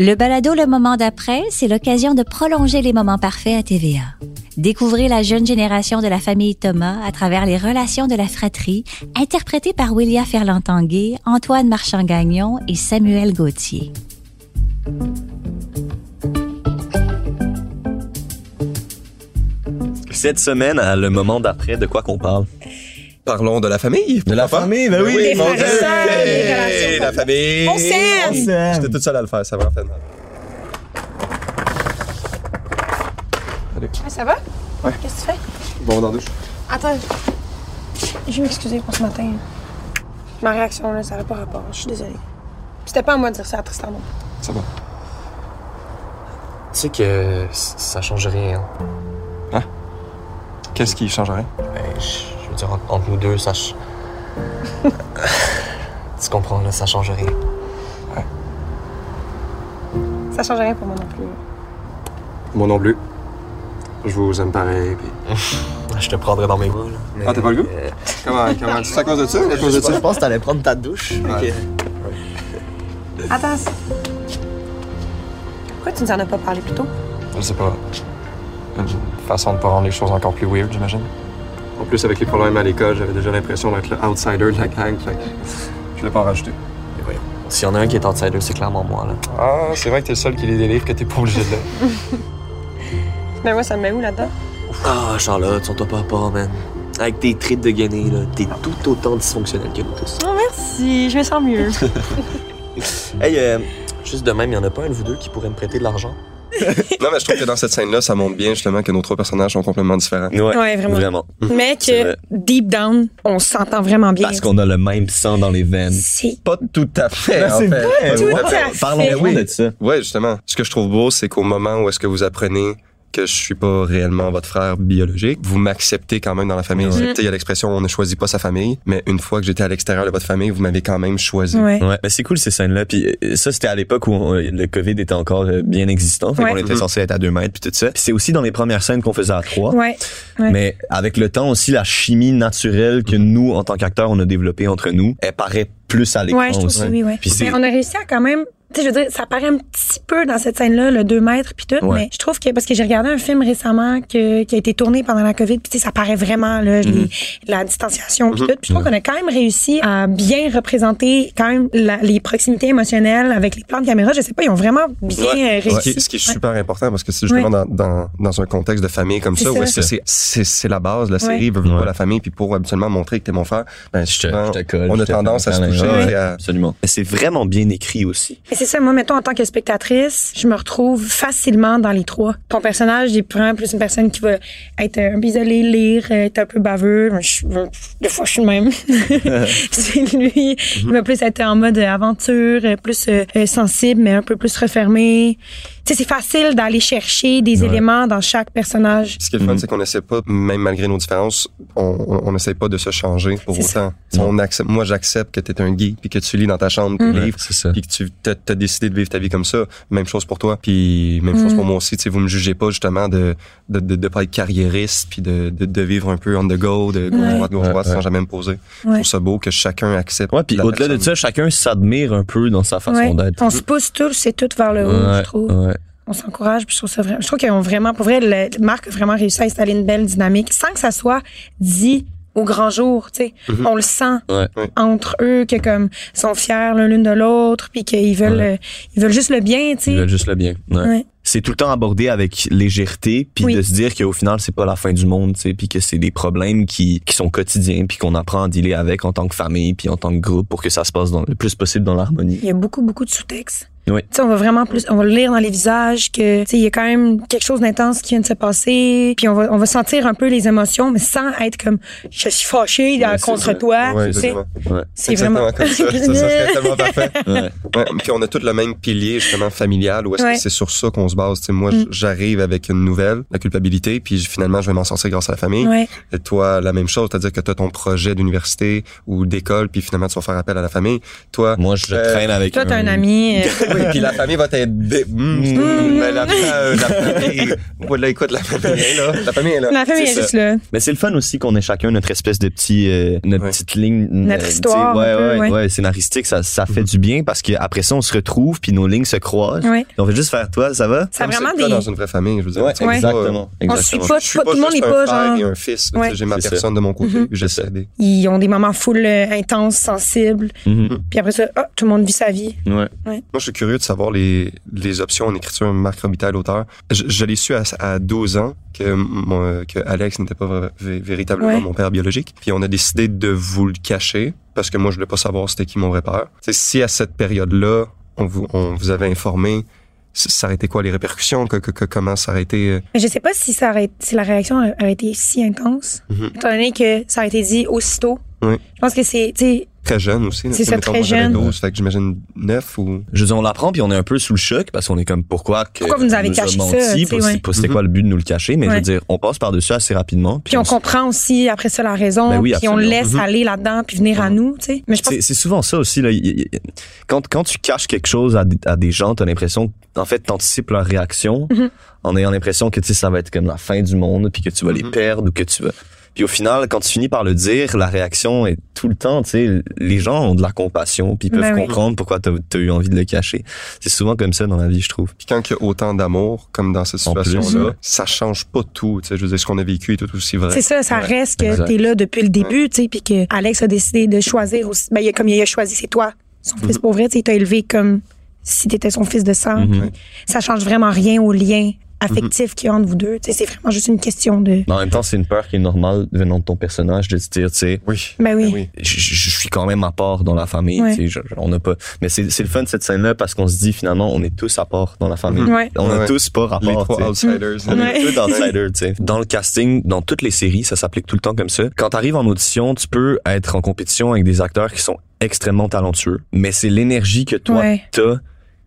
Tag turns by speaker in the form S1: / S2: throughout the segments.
S1: Le balado Le Moment d'après, c'est l'occasion de prolonger les moments parfaits à TVA. Découvrez la jeune génération de la famille Thomas à travers les relations de la fratrie, interprétées par William Ferland-Tanguay, Antoine Marchand-Gagnon et Samuel Gauthier.
S2: Cette semaine, à le moment d'après, de quoi qu'on parle?
S3: Parlons de la famille.
S2: De la
S3: pourquoi pas?
S2: famille, ben oui,
S4: Des
S3: mon
S4: frères
S3: Dieu.
S4: et sœurs, des
S3: Hey,
S4: relations
S3: la famille.
S4: On s'aime.
S3: On s'aime. J'étais toute seule à le faire, ça m'a fait mal.
S4: Ah, ça va? Ouais. Qu'est-ce que tu fais?
S3: Bon, dans douche.
S4: Attends. Je vais m'excuser pour ce matin. Ma réaction, là, ça n'avait pas rapport. Je suis désolée. C'était pas à moi de dire ça à Tristan. non.
S3: Ça va.
S5: Tu sais que c- ça change rien. hein.
S3: Qu'est-ce qui changerait?
S5: Ben, je je veux dire, en- entre nous deux, ça. ch- tu comprends, là, ça change rien.
S4: Ça change rien pour moi non plus.
S6: Moi non plus. Je vous aime pareil. Puis...
S5: Ah, Je te prendrai dans mes bras, là.
S3: Ah, t'as pas le goût?
S5: Euh,
S3: Comment, comment, c'est à cause de ça ou à cause de ça?
S7: pense que t'allais prendre ta douche.
S3: Ouais.
S4: Attends. c'est- Pourquoi tu nous en as pas parlé plus tôt?
S6: Je sais pas. Une façon de pas rendre les choses encore plus weird, j'imagine. En plus, avec les problèmes à l'école, j'avais déjà l'impression d'être le outsider de la gang. Fait que je voulais pas en rajouter.
S5: mais voyons. S'il y en a un qui est outsider, c'est clairement moi, là.
S6: Ah, c'est vrai que t'es le seul qui les délivre, que t'es pas obligé de l'être.
S4: Mais moi, Ben ça me met où là-dedans?
S5: Ah, Charlotte, sont toi pas à part, man. Avec tes tripes de gainé, là, t'es tout autant dysfonctionnel que nous tous.
S4: Non, Oh, merci. Je me sens mieux.
S2: Hey, euh,
S5: Juste de même, il y en a pas un de vous deux qui pourrait me prêter de l'argent.
S3: Non, mais je trouve que dans cette scène-là, ça montre bien justement que nos trois personnages sont complètement différents.
S2: ouais,
S8: Ouais, vraiment.
S2: vraiment.
S8: Mais
S2: C'est
S8: que
S2: vrai.
S8: deep down, on s'entend vraiment bien.
S2: Parce qu'on a le même sang dans les veines.
S8: C'est
S3: Pas tout à fait.
S9: Ben,
S3: en
S9: c'est
S3: fait.
S9: vrai.
S3: Pas
S8: tout à
S9: Parlons
S8: fait.
S3: oui.
S9: de ça.
S3: Ouais, justement. Ce que je trouve beau, c'est qu'au moment où est-ce que vous apprenez que je suis pas réellement votre frère biologique, vous m'acceptez quand même dans la famille.
S2: Mhm.
S3: Tu sais, Il y a l'expression on ne choisit pas sa famille, mais une fois que j'étais à l'extérieur de votre famille, vous m'avez quand même choisi.
S8: Ouais.
S9: Ouais, mais c'est cool ces scènes-là. Puis euh, ça, c'était à l'époque où on- le COVID était encore euh, bien existant. Fait
S8: Ouais.
S9: qu'on était
S3: Mm-hmm.
S9: censé être à deux mètres, puis tout ça. Puis c'est aussi dans les premières scènes qu'on faisait à trois.
S8: Ouais. Ouais.
S9: Mais avec le temps aussi, la chimie naturelle que nous, en tant qu'acteurs, on a développée entre nous, elle paraît plus à l'écran
S8: Ouais, je trouve
S9: aussi.
S8: que oui, ouais.
S9: Puis c'est-
S8: Mais on a réussi à quand même. Tu sais, je veux dire, ça paraît un petit peu dans cette scène-là, le 2 mètres puis tout,
S9: Ouais.
S8: mais je trouve que, parce que j'ai regardé un film récemment que, qui a été tourné pendant la COVID, puis tu sais, ça paraît vraiment, là, je
S3: Mhm.
S8: l'ai- la distanciation puis tout. Puis je trouve qu'on a quand même réussi à bien représenter quand même la- les proximités émotionnelles avec les plans de caméra. Je sais pas, ils ont vraiment bien euh,
S3: Ce
S8: réussi.
S3: qui, ce qui est
S8: Ouais.
S3: super important parce que c'est justement dans, dans, dans un contexte de famille comme
S8: C'est
S3: ça, où
S8: ça.
S3: est-ce que c'est, c'est, c'est la base, la série veut pas
S9: Ouais.
S3: la famille, puis pour habituellement montrer que t'es mon frère, ben,
S9: Je te,
S3: souvent,
S9: je te colle.
S3: on
S9: je
S3: a
S9: te
S3: tendance à
S9: prends
S3: se
S9: dans les
S3: toucher. euh,
S9: bras.
S3: et à-
S9: Absolument. Mais c'est vraiment bien écrit aussi.
S8: Mais c'est ça, moi, mettons, en tant que spectatrice, je me retrouve facilement dans les trois. Ton personnage, il prend plus une personne qui va être euh, un peu isolée, lire, euh, être un peu baveux. Moi, je- euh, des fois, je suis le même. C'est lui, il va plus être en mode aventure, euh, plus euh, euh, sensible, mais un peu plus refermé. Tu sais, c'est facile d'aller chercher des éléments dans chaque personnage.
S3: Ce qui est le fun, c'est qu'on essaie pas, même malgré nos différences, on- on on essaie pas de se changer pour autant. On accepte, moi, j'accepte que t'es un geek, puis que tu lis dans ta chambre tes
S9: Mm.
S3: livres,
S9: c'est ça.
S3: puis que tu t'as, t'as décidé de vivre ta vie comme ça. Même chose pour toi, puis même chose pour
S8: Mm.
S3: moi aussi. Tu sais, vous me jugez pas justement de de, de, de pas être carriériste, puis de, de, de vivre un peu on the go, de gauche
S8: Ouais.
S3: droite, gauche
S9: Ouais,
S3: droite, sans
S9: ouais.
S3: jamais me poser. Je
S8: Ouais.
S3: trouve ça beau que chacun accepte.
S9: Ouais, puis
S3: la
S9: au-delà de
S3: personne.
S9: ça, chacun s'admire un peu dans sa façon
S8: Ouais.
S9: d'être.
S8: On se pousse tous et toutes vers le haut, je trouve.
S9: ouais.
S8: on s'encourage, puis je trouve ça vraiment. Je trouve qu'ils ont vraiment, pour vrai, le, Marc a vraiment réussi à installer une belle dynamique sans que ça soit dit au grand jour, tu sais.
S3: Mhm.
S8: On le sent
S9: Ouais.
S3: Ouais.
S8: entre eux que comme ils sont fiers l'un l'une de l'autre, puis qu'ils veulent, euh, ils veulent juste le bien, tu
S9: Ils
S8: sais.
S9: veulent juste le bien. Ouais.
S8: Ouais.
S9: C'est tout le temps abordé avec légèreté, puis
S8: Oui.
S9: de se dire qu'au final, c'est pas la fin du monde, tu sais, puis que c'est des problèmes qui, qui sont quotidiens, puis qu'on apprend à dealer avec en tant que famille, puis en tant que groupe, pour que ça se passe dans, le plus possible dans l'harmonie.
S8: Il y a beaucoup, beaucoup de sous-textes.
S9: Oui.
S8: Tu sais, on va vraiment plus, on va le lire dans les visages que, tu sais, il y a quand même quelque chose d'intense qui vient de se passer, puis on va, on va sentir un peu les émotions, mais sans être comme, je suis fâché
S3: Ouais, c'est
S8: contre
S3: ça.
S8: toi,
S3: Ouais,
S8: tu sais.
S3: exactement.
S9: Ouais.
S8: C'est vraiment.
S3: Exactement comme ça. ça, ça serait tellement parfait.
S9: Ouais.
S3: Ouais, puis on a tout le même pilier justement familial où est-ce
S8: Ouais. Mm.
S3: que c'est sur ça qu'on se base. Tu sais, moi, j'arrive avec une nouvelle, la culpabilité, puis finalement, je vais m'en sortir grâce à la famille.
S8: Ouais.
S3: Et toi, la même chose, c'est-à-dire que tu as ton projet d'université ou d'école, puis finalement, tu vas faire appel à la famille. Toi,
S9: Moi, je
S3: Euh,
S9: traîne avec
S8: Toi, t'as un ami. euh,
S3: oui, puis la famille va être. dé- Mm, Mais la, fa- la famille. Voilà, écoute, la famille est là. La famille est là.
S8: La famille
S3: C'est
S8: est
S3: ça.
S8: juste là.
S9: Mais c'est le fun aussi qu'on ait chacun notre espèce de petit, euh, notre
S3: Ouais.
S9: petite ligne.
S8: Notre
S9: euh,
S8: histoire,
S9: tu sais, Ouais,
S8: un peu,
S9: ouais,
S8: ouais.
S9: ouais, scénaristique, ça, ça fait du bien parce qu'après ça, on se retrouve puis nos lignes se croisent.
S8: Ouais.
S9: On va juste faire toi, ça va?
S8: Ça a
S3: Comme
S8: vraiment
S3: c'est le cas
S8: des.
S3: dans une vraie famille, je veux dire.
S9: Ouais,
S3: Tu sais,
S9: exactement.
S8: On se suit
S9: exactement.
S8: pas,
S3: Je suis pas
S8: tout le monde
S3: juste
S8: n'est
S3: un
S8: pas
S3: frère et
S8: genre.
S3: un fils. là, tu sais,
S8: Ouais. Mhm.
S3: J'ai ma
S9: C'est ça.
S3: personne de mon côté, puis j'essaie d'aider.
S8: Ils ont des moments full euh, intenses, sensibles.
S9: Mhm.
S8: Puis après ça, ah, tout le monde vit sa vie.
S9: Ouais.
S3: Moi, je suis curieux de savoir les, les options en écriture Marc Robitaille, l'auteur. Je, je l'ai su à, à 12 ans que, mon- que Alex n'était pas v- v- véritablement
S8: Ouais.
S3: mon père biologique. Puis on a décidé de vous le cacher parce que moi, je voulais pas savoir c'était qui mon vrai père. Tu sais, si à cette période-là, on vous, on vous avait informé, c- ça aurait été quoi les répercussions? Que, que- que- comment ça aurait été... euh,
S8: Mais je sais pas si, ça aurait- si la réaction a- aurait été si intense,
S3: Mhm.
S8: étant donné que ça aurait été dit aussitôt.
S3: Oui.
S8: Je pense que c'est, tu sais,
S3: Très jeune aussi. là.
S8: C'est
S3: Tu sais,
S8: ça,
S3: mettons,
S8: très
S3: moi, j'avais
S8: jeune.
S3: 12, fait que j'imagine 9 ou...
S9: Je veux dire, on l'apprend puis on est un peu sous le choc parce qu'on est comme pourquoi que
S8: Pourquoi vous nous avez
S9: on a
S8: caché ça,
S9: menti,
S8: tu sais,
S9: puis
S8: ouais.
S9: c'est pas- C'était quoi le but de nous le cacher? Mais je veux
S8: Ouais.
S9: dire, on passe par-dessus assez rapidement.
S8: puis on comprend aussi après ça la raison,
S9: Ben oui,
S8: puis on le
S9: absolument.
S8: laisse aller là-dedans, puis venir à nous, tu sais. Mais je pense
S9: C'est c'est souvent ça aussi. Là. Il- il- il- Quand, quand tu caches quelque chose à, des- à des gens, t'as l'impression, en fait, t'anticipes leur réaction
S8: Mhm.
S9: en ayant l'impression que tu sais, ça va être comme la fin du monde, puis que tu vas
S8: Mm-hmm.
S9: les perdre ou que tu vas... Puis au final, quand tu finis par le dire, la réaction est tout le temps, tu sais, les gens ont de la compassion, puis ils peuvent
S8: Ben oui.
S9: comprendre pourquoi t'as as eu envie de le cacher. C'est souvent comme ça dans la vie, je trouve.
S3: Puis quand il y a autant d'amour, comme dans cette
S9: En plus.
S3: situation-là, ça change pas tout. Tu sais, je veux dire, ce qu'on a vécu est tout aussi vrai.
S8: Mm. C'est ça, ça reste que
S9: Exact.
S8: t'es là depuis le début, tu sais, puis que Alex a décidé de choisir aussi. Ben, il a- comme il a choisi, c'est toi, son fils pour vrai, tu sais, il t'a élevé comme si t'étais son fils de sang.
S9: Mhm.
S8: Ça change vraiment rien au lien affectif qu'il y a entre vous deux. Tu sais, c'est vraiment juste une question de.
S9: Mais en même temps, c'est une peur qui est normale venant de ton personnage de se dire, tu sais,
S3: Oui.
S8: Ben oui.
S3: oui.
S9: je, je suis quand même à part dans la famille.
S8: Ouais.
S9: tu sais, je- je- on n'a pas. Mais c'est c'est le fun cette scène-là parce qu'on se dit finalement on est tous à part dans la famille.
S8: Ouais.
S9: On
S3: Ouais.
S9: est tous pas
S3: Les
S9: rapport.
S3: trois
S9: tu sais.
S3: outsiders.
S9: On
S8: Ouais.
S9: est tous outsiders, tu sais. Dans le casting, dans toutes les séries, ça s'applique tout le temps comme ça. Quand t'arrives en audition, tu peux être en compétition avec des acteurs qui sont extrêmement talentueux, mais c'est l'énergie que toi
S8: Ouais.
S9: t'as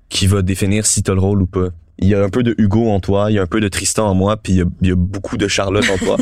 S9: qui va définir si t'as le rôle ou pas. Il y a un peu de Hugo en toi, il y a un peu de Tristan en moi, puis il y a, il y a beaucoup de Charlotte en toi.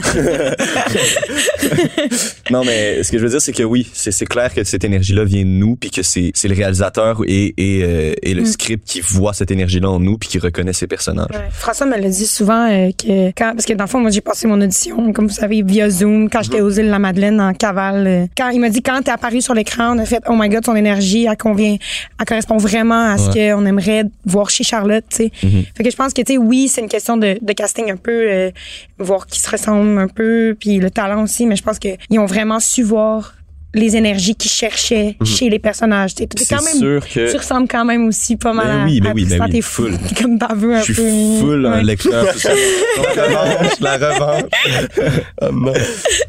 S9: non, mais ce que je veux dire, c'est que oui, c'est c'est clair que cette énergie-là vient de nous, puis que c'est c'est le réalisateur et, et, euh, et le
S8: Mm.
S9: script qui voit cette énergie-là en nous, puis qui reconnaît ses personnages.
S8: Ouais. François me l'a dit souvent euh, que quand, parce que dans le fond moi j'ai passé mon audition comme vous savez via Zoom quand j'étais aux îles de la Madeleine en cavale euh, quand il m'a dit quand t'es apparu sur l'écran on a fait oh my god son énergie elle convient elle correspond vraiment à ce qu'on aimerait voir chez Charlotte tu sais fait que je pense que tu sais oui c'est une question de, de casting un peu euh, voir qui se ressemble un peu puis le talent aussi mais je pense que ils ont vraiment su voir les énergies qu'ils cherchaient chez les personnages tu sais T'es
S9: C'est
S8: quand même
S9: sûr que
S8: tu ressembles quand même aussi pas mal
S9: Euh, Ben
S8: à-
S9: oui, ben
S8: à
S9: oui, ben
S8: Tristan,
S9: oui,
S8: t'es fou,
S9: full.
S8: t'es comme baveux un
S9: je suis
S8: peu.
S9: full un
S8: Ouais.
S9: lecteur. tout ça.
S3: La revanche, la revanche. Ah, non.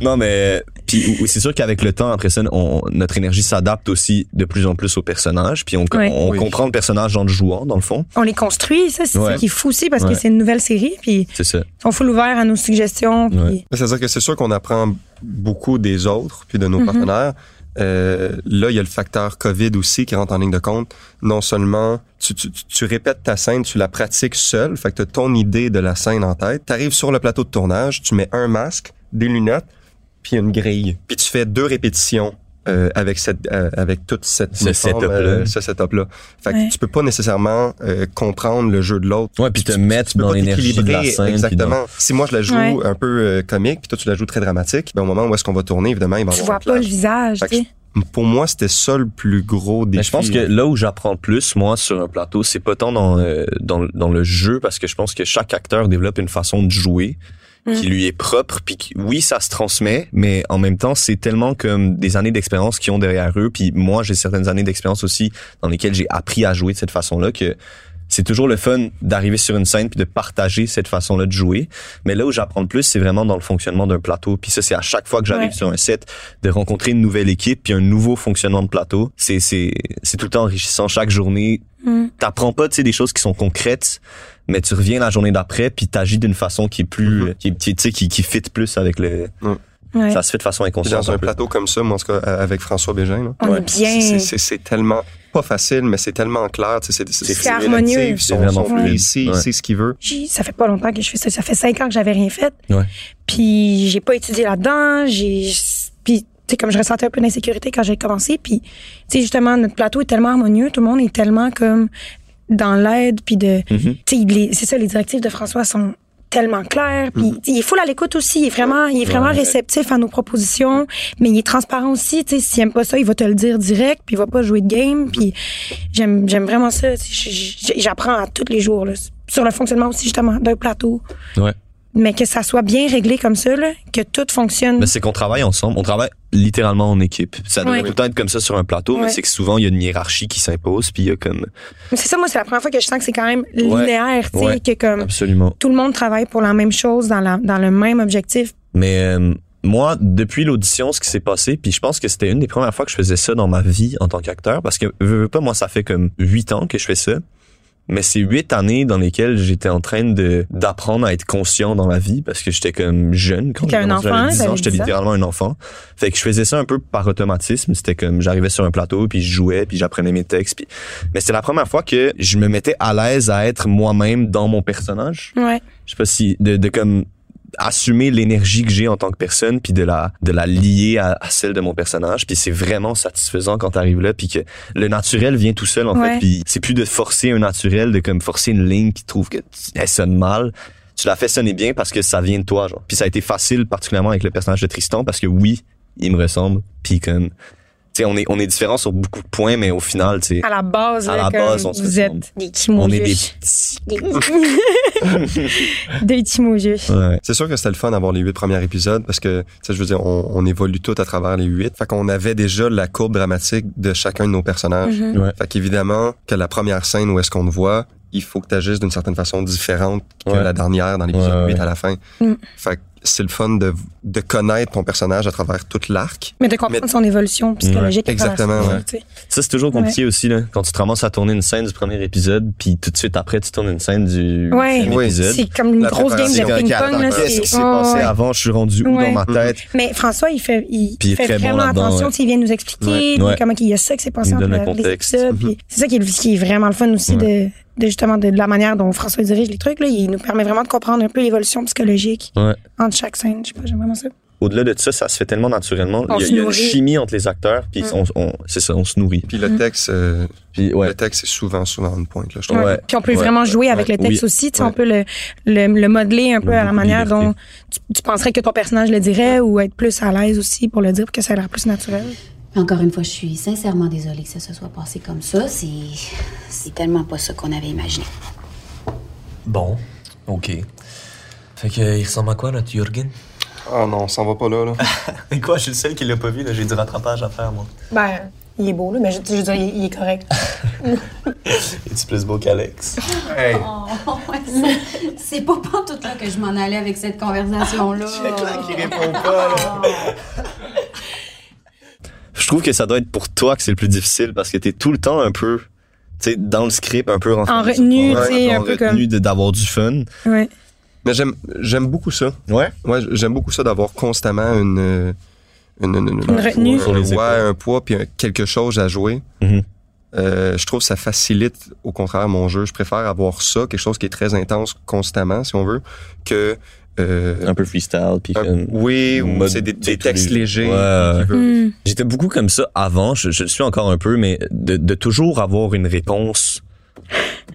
S9: non, mais puis ou- c'est sûr qu'avec le temps, après ça, on, notre énergie s'adapte aussi de plus en plus au personnage, puis on,
S8: Ouais.
S9: on
S3: Oui.
S9: comprend le personnage en le jouant, dans le fond.
S8: On les construit, ça, c'est
S9: Ouais.
S8: ça qui est fou aussi parce
S9: Ouais.
S8: que c'est une nouvelle série, puis
S9: C'est ça.
S8: ils sont full ouverts à nos suggestions. puis-
S9: Ouais.
S3: Ben, C'est-à-dire que c'est sûr qu'on apprend beaucoup des autres puis de nos partenaires. Euh, là, il y a le facteur COVID aussi qui rentre en ligne de compte. Non seulement tu, tu, tu- tu répètes ta scène, tu la pratiques seul, fait que tu ton idée de la scène en tête. Tu arrives sur le plateau de tournage, tu mets un masque, des lunettes, puis une grille. Puis tu fais deux répétitions euh, avec cette euh, avec toute cette
S9: Ce
S3: uniforme,
S9: setup-là.
S3: euh, ce setup-là. Fait que
S8: Ouais.
S3: tu peux pas nécessairement euh, comprendre le jeu de l'autre
S9: Ouais, puis te
S3: tu-
S9: mettre
S3: tu peux
S9: dans
S3: pas
S9: l'énergie de la
S3: t'équilibrer,
S9: scène. puis dans-
S3: Exactement. Si moi je la joue
S8: Ouais.
S3: un peu euh, comique, puis toi tu la joues très dramatique, ben, au moment où est-ce qu'on va tourner, évidemment, il va y
S8: Tu
S3: avoir
S8: vois
S3: un
S8: pas le
S3: clash.
S8: visage,
S3: Fait que
S8: tu sais.
S3: Pour moi, c'était ça le plus gros défi.
S9: Mais je pense que là où j'apprends le plus, moi, sur un plateau, c'est pas tant dans, euh, dans, dans le jeu, parce que je pense que chaque acteur développe une façon de jouer qui lui est propre, puis qui- oui, ça se transmet, mais en même temps, c'est tellement comme des années d'expérience qu'ils ont derrière eux, puis moi, j'ai certaines années d'expérience aussi dans lesquelles j'ai appris à jouer de cette façon-là, que c'est toujours le fun d'arriver sur une scène puis de partager cette façon-là de jouer. Mais là où j'apprends le plus, c'est vraiment dans le fonctionnement d'un plateau. Puis ça, c'est à chaque fois que j'arrive
S8: Ouais.
S9: sur un set, de rencontrer une nouvelle équipe puis un nouveau fonctionnement de plateau. C'est c'est c'est tout le temps enrichissant chaque journée.
S8: Mm.
S9: T'apprends pas, tu sais, des choses qui sont concrètes, mais tu reviens la journée d'après puis t'agis d'une façon qui est plus,
S3: Mhm.
S9: qui est- qui, tu sais, qui qui fit plus avec le.
S8: Ouais.
S9: Ça se fait de façon
S3: Puis
S9: inconsciente.
S3: dans un
S9: un peu.
S3: plateau comme ça, moi, en tout cas, à- avec François Bégin, là,
S8: On
S9: Ouais.
S8: est bien.
S3: c'est- c'est- c'est tellement pas facile, mais c'est tellement clair. tu sais, C'est
S9: C'est
S8: harmonieux.
S3: relatif,
S9: C'est
S3: Son,
S9: vraiment
S3: son
S9: fluide.
S8: Mm-hmm.
S3: précis, il
S9: Ouais.
S3: sait ce qu'il veut.
S8: J'ai- Ça fait pas longtemps que je fais ça. Ça fait cinq ans que j'avais rien fait.
S9: Ouais.
S8: Puis j'ai pas étudié là-dedans. J'ai puis tu sais comme je ressentais un peu d'insécurité quand j'ai commencé. Puis tu sais justement notre plateau est tellement harmonieux, tout le monde est tellement comme dans l'aide, puis de.
S9: Mhm.
S8: Tu sais, les- c'est ça, les directives de François sont tellement claires,
S9: Mm.
S8: puis il est full à l'écoute aussi, il est vraiment, il est vraiment réceptif à nos propositions, mais il est transparent aussi, tu sais, s'il aime pas ça, il va te le dire direct, puis il va pas jouer de game, puis j'aime, j'aime vraiment ça, tu sais, j- j- j'apprends à tous les jours, là, sur le fonctionnement aussi, justement, d'un plateau.
S9: Ouais.
S8: Mais que ça soit bien réglé comme ça, là, que tout fonctionne.
S9: Mais c'est qu'on travaille ensemble. On travaille littéralement en équipe. Ça devrait
S8: Ouais.
S9: tout le temps être comme ça sur un plateau,
S8: Ouais.
S9: mais c'est que souvent, il y a une hiérarchie qui s'impose, puis il y a comme...
S8: Mais C'est ça, moi, c'est la première fois que je sens que c'est quand même
S9: Ouais.
S8: linéaire, tu sais,
S9: Ouais.
S8: que comme
S9: Absolument.
S8: tout le monde travaille pour la même chose, dans, la, dans le même objectif.
S9: Mais euh, moi, depuis l'audition, ce qui s'est passé, puis je pense que c'était une des premières fois que je faisais ça dans ma vie en tant qu'acteur, parce que, veux, veux pas, moi, ça fait comme huit ans que je fais ça. Mais c'est huit années dans lesquelles j'étais en train de d'apprendre à être conscient dans la vie parce que j'étais comme jeune quand
S8: T'étais un
S9: commencé, j'avais
S8: enfant,
S9: 10 ans,
S8: t'avais
S9: j'étais
S8: 10 ans.
S9: littéralement un enfant. Fait que je faisais ça un peu par automatisme, c'était comme j'arrivais sur un plateau puis je jouais puis j'apprenais mes textes puis mais c'était la première fois que je me mettais à l'aise à être moi-même dans mon personnage
S8: Ouais.
S9: je sais pas si de, de comme assumer l'énergie que j'ai en tant que personne puis de la de la lier à, à celle de mon personnage puis c'est vraiment satisfaisant quand t'arrives là puis que le naturel vient tout seul en
S8: Ouais.
S9: fait puis c'est plus de forcer un naturel de comme forcer une ligne qui trouve que tu- elle sonne mal tu la fais sonner bien parce que ça vient de toi genre puis ça a été facile particulièrement avec le personnage de Tristan parce que oui il me ressemble puis comme tu sais on est on est différents sur beaucoup de points mais au final tu sais
S8: À la base,
S9: À
S8: là,
S9: la
S8: comme
S9: base, on se
S8: vous
S9: ressemble.
S8: êtes des timos
S9: on est des
S8: juifs.
S9: petits
S8: Des timos juifs.
S9: ouais.
S3: C'est sûr que c'était le fun d'avoir les huit premiers épisodes parce que, tu sais, je veux dire, on, on évolue tout à travers les huit. Fait qu'on avait déjà la courbe dramatique de chacun de nos personnages.
S8: Mhm.
S9: Ouais.
S3: Fait qu'évidemment, que la première scène où est-ce qu'on te voit, il faut que tu agisses d'une certaine façon différente que
S9: Ouais.
S3: la dernière dans l'épisode
S9: Ouais, ouais.
S3: 8 à la fin.
S8: Mm.
S3: Fait que c'est le fun de, de connaître ton personnage à travers toute l'arc.
S8: Mais de comprendre
S3: Mais-
S8: son évolution psychologique. et
S3: Exactement,
S8: personnelle,
S3: ouais.
S8: tu sais.
S9: Ça, c'est toujours compliqué aussi, là. Quand tu te ramasses à tourner une scène du premier épisode, puis tout de suite après, tu tournes une scène du
S8: Ouais.
S9: huitième
S3: Oui.
S9: épisode.
S8: C'est comme une
S3: La
S8: grosse game
S3: préparation.
S8: de
S9: comme,
S8: ping-pong.
S9: attends,
S8: là,
S9: Qu'est-ce
S8: c'est-
S9: qui s'est
S8: Ouais,
S9: passé
S8: ouais.
S9: avant? Je suis rendu où
S8: Ouais.
S9: dans ma tête?
S8: Mais François, il fait, il
S9: Puis il est
S8: fait
S9: très bon
S8: vraiment
S9: là-dedans,
S8: attention.
S9: ouais.
S8: tu sais, Il vient nous expliquer
S9: Ouais,
S8: puis
S9: ouais.
S8: comment il y a ça qui s'est passé
S9: Il
S8: entre
S9: donne
S8: la-
S9: un
S8: les
S9: contexte. Mhm.
S8: épisodes. puis C'est ça qui est, qui est vraiment le fun aussi de, de justement de, de la manière dont François dirige les trucs. Là. Il nous permet vraiment de comprendre un peu l'évolution psychologique
S9: Ouais.
S8: entre chaque scène. Je sais pas, j'aime vraiment ça.
S9: Au-delà de ça, ça se fait tellement naturellement.
S8: On
S9: il y a,
S8: se
S9: il y a une
S8: nourrit. Mm.
S9: chimie entre les acteurs, puis on, on- c'est ça, on se nourrit.
S3: Puis
S8: Mm-hmm.
S3: le texte, euh,
S9: Puis, ouais.
S3: le texte est souvent, souvent une pointe, là, je trouve.
S8: Ouais.
S9: Ouais.
S8: Puis on peut
S9: Ouais.
S8: vraiment jouer avec le texte
S9: Oui.
S8: aussi. tu sais On peut le, le, le modeler un peu à la
S9: beaucoup de
S8: manière
S9: liberté.
S8: dont tu, tu penserais que ton personnage le dirait ou être plus à l'aise aussi pour le dire pour que ça a l'air plus naturel.
S7: Mais Encore une fois, je suis sincèrement désolée que ça se soit passé comme ça. C'est. C'est tellement pas ça qu'on avait imaginé.
S5: Bon, ok. Fait que, euh, il ressemble à quoi, notre Jürgen?
S6: Ah non, on s'en va pas là, là.
S5: Mais quoi, je suis le seul qui l'a pas vu, là. J'ai du rattrapage à faire, moi.
S4: Ben, il est beau, là, mais je, je veux dire, il, il est correct.
S5: Es-tu plus beau qu'Alex?
S6: Hey,
S7: Oh, ouais, c'est- c'est pas tout là que je m'en allais avec cette conversation-là.
S5: répond pas,
S9: Je trouve que ça doit être pour toi que c'est le plus difficile parce que t'es tout le temps un peu, tu sais, dans le script, un peu renfermé sur
S8: retenue,
S9: toi-même,
S8: tu sais,
S9: en
S8: un peu
S9: retenue de- d'avoir du fun.
S8: Ouais.
S3: Mais j'aime, j'aime beaucoup ça.
S9: Ouais.
S3: Ouais, j'aime beaucoup ça d'avoir constamment une, euh, une, une, une-
S8: retenue.
S3: un,
S9: Sur les
S3: ouais,
S9: épaules.
S3: un poids puis un- quelque chose à jouer.
S9: Mhm.
S3: Euh, je trouve que ça facilite au contraire mon jeu. Je préfère avoir ça, quelque chose qui est très intense constamment, si on veut, que euh,
S9: Un peu freestyle, puis
S3: un-
S9: comme-
S3: oui, ou
S9: mode-
S3: c'est des, des
S9: c'est tous
S3: textes
S9: les-
S3: légers.
S9: Ouais, ouais.
S3: qui veulent-
S8: Mm.
S9: J'étais beaucoup comme ça avant, je, je le suis encore un peu, mais de, de toujours avoir une réponse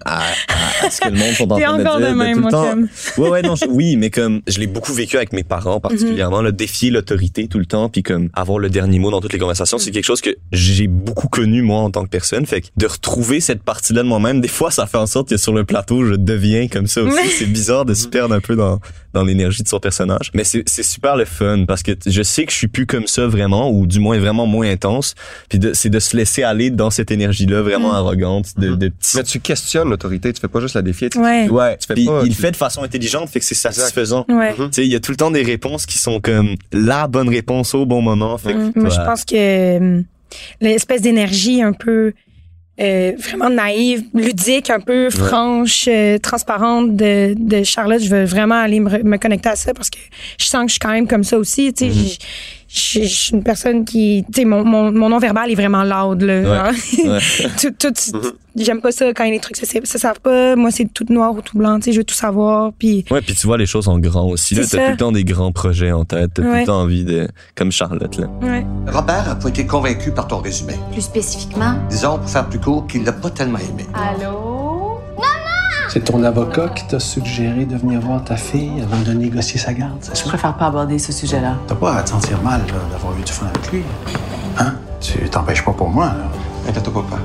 S9: à, à- à ce que le monde sont en
S8: T'es
S9: train de
S8: encore
S9: dire.
S8: de même,
S9: tout le
S8: mon
S9: temps.
S8: chum.
S9: Ouais, ouais, non, je- oui, mais comme je l'ai beaucoup vécu avec mes parents particulièrement,
S8: Mm-hmm.
S9: le défier l'autorité tout le temps, puis comme avoir le dernier mot dans toutes les conversations, c'est quelque chose que j'ai beaucoup connu moi en tant que personne. Fait que de retrouver cette partie-là de moi-même, des fois, ça fait en sorte que sur le plateau, je deviens comme ça aussi. c'est bizarre de se perdre un peu dans dans l'énergie de son personnage. Mais c'est c'est super le fun parce que t- je sais que je suis plus comme ça vraiment, ou du moins vraiment moins intense. Puis de- c'est de se laisser aller dans cette énergie-là vraiment
S8: Mm.
S9: arrogante, de, de petits
S3: Mais tu questionnes l'autorité, tu fais pas juste la défier. tu-
S8: Ouais.
S9: Ouais,
S3: Tu fais
S9: puis
S3: pas-
S9: il
S3: tu- Mm-hmm.
S9: le fait de façon intelligente, fait que c'est satisfaisant.
S8: Ouais.
S9: Tu sais, il y a tout le temps des réponses qui sont comme la bonne réponse au bon moment. Fait que
S8: Mm-hmm. Moi, je
S9: ouais.
S8: pense que hum, l'espèce d'énergie un peu euh, vraiment naïve, ludique, un peu franche, euh, transparente de, de Charlotte, je veux vraiment aller me, re- me connecter à ça parce que je sens que je suis quand même comme ça aussi. Tu sais,
S9: Mm-hmm.
S8: je- je je suis une personne qui, tu sais, mon, mon, mon nom verbal est vraiment loud là. genre.
S9: Ouais. Mm-hmm.
S8: tout, tout, tout- j'aime pas ça quand les trucs ça, ça savent pas. Moi, c'est tout noir ou tout blanc. Tu sais, je veux tout savoir. Puis
S9: Ouais, puis tu vois les choses en grand aussi. Là,
S8: C'est
S9: t'as
S8: ça.
S9: tout le temps des grands projets en tête. T'as tout
S8: Ouais.
S9: le temps envie de, comme Charlotte, là.
S8: ouais.
S10: Robert a pas été convaincu par ton résumé.
S7: Plus spécifiquement.
S10: Disons, pour faire plus court, qu'il l'a pas tellement aimé.
S7: Allô?
S10: C'est ton avocat qui t'a suggéré de venir voir ta fille avant de négocier sa garde, c'est
S11: Je
S10: ça?
S11: préfère pas aborder ce sujet-là.
S10: T'as pas à te sentir mal là, d'avoir eu du fun avec lui. Hein? Tu t'empêches pas pour moi, là.
S3: Inquiète-toi pas, père.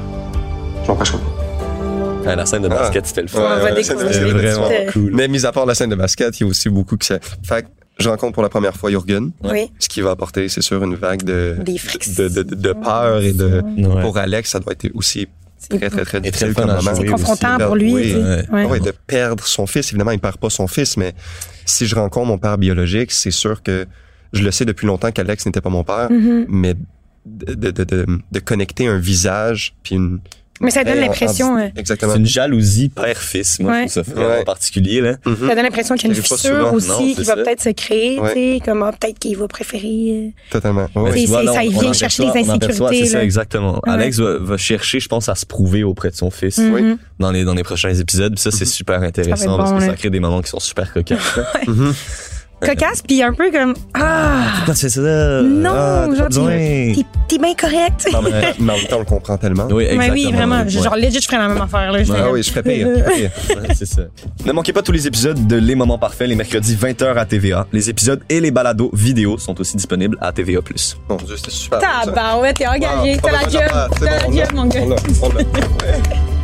S3: Je m'empêcherai pas.
S9: Ah, la scène de basket, c'était le fun.
S8: On va découvrir.
S3: C'était
S8: les
S3: vraiment
S8: petites-
S3: cool. Mais mis à part la scène de basket, il y a aussi beaucoup que ça. Fait que je rencontre pour la première fois Jürgen,
S8: Oui,
S3: ce qui va apporter, c'est sûr, une vague de,
S8: des frics.
S3: de, de, de peur et de.
S9: Ouais.
S3: Pour Alex, ça doit être aussi
S8: C'est
S3: très, très, très
S9: Et très
S3: difficile
S9: fun
S3: comme
S9: à
S3: moment.
S9: jouer
S8: C'est confrontant
S3: aussi.
S8: pour lui.
S3: Oui,
S8: tu sais.
S9: ouais.
S8: Ouais.
S3: Ah ouais, de perdre son fils. Évidemment, il perd pas son fils, mais si je rencontre mon père biologique, c'est sûr que je le sais depuis longtemps qu'Alex n'était pas mon père,
S8: Mhm.
S3: mais de, de, de, de, de connecter un visage puis une.
S8: Mais ça donne
S3: Hey, en-
S8: l'impression,
S3: en-
S8: euh,
S3: Exactement.
S9: ah, C'est une jalousie père-fils, moi,
S8: Ouais.
S9: je trouve ça vraiment
S3: Ouais.
S9: particulier, là.
S3: Mhm.
S8: Ça donne l'impression qu'il y a une
S3: J'arrive pas
S8: fissure
S3: souvent,
S8: aussi
S9: non, c'est
S8: qui va
S9: ça.
S8: peut-être se créer,
S3: Ouais.
S8: tu sais, comme ah, peut-être qu'il va préférer.
S3: Totalement. Ouais.
S9: Mais tu
S8: C'est-
S9: vois,
S8: c'est-
S9: là,
S8: ça, il
S9: on
S8: vient
S9: en
S8: chercher
S9: aperçoit-
S8: des
S9: on aperçoit,
S8: insécurités,
S9: C'est ça,
S8: là.
S9: exactement.
S8: Ouais.
S9: Alex va, va chercher, je pense, à se prouver auprès de son fils
S8: euh, mhm.
S9: dans, les, dans les prochains épisodes. Puis ça, c'est super intéressant
S8: bon,
S9: parce que
S8: là.
S9: ça crée des moments qui sont super cocasses.
S8: Cocasse, puis un peu comme Ah,
S9: Pourquoi tu fais ça, là?
S8: Non,
S9: Ah, t'as pas
S8: genre,
S9: besoin.
S8: t'es t'es bien correct.
S3: Non, mais, mais en même temps, on le comprend tellement.
S9: Oui,
S8: Mais
S9: exactement.
S8: oui, vraiment. je-
S9: Ouais.
S8: Genre, legit, je ferais la même affaire. Là, je
S3: Ah
S8: ferais-
S3: oui, je ferais pire. je ferais pire.
S9: Ouais, c'est ça. Ne manquez pas tous les épisodes de Les Moments Parfaits les mercredis 20h à TVA. Les épisodes et les balados vidéo sont aussi disponibles à TVA+.
S3: Mon Dieu, c'était super. bon, ça.
S8: Tabarouette, t'es engagé.
S3: Wow.
S8: T'as
S3: Ah,
S8: la
S3: ben,
S8: job.
S3: ben, ben, c'est bon,
S8: T'as la
S3: on l'a.
S8: job, mon gars.
S3: On l'a, on l'a.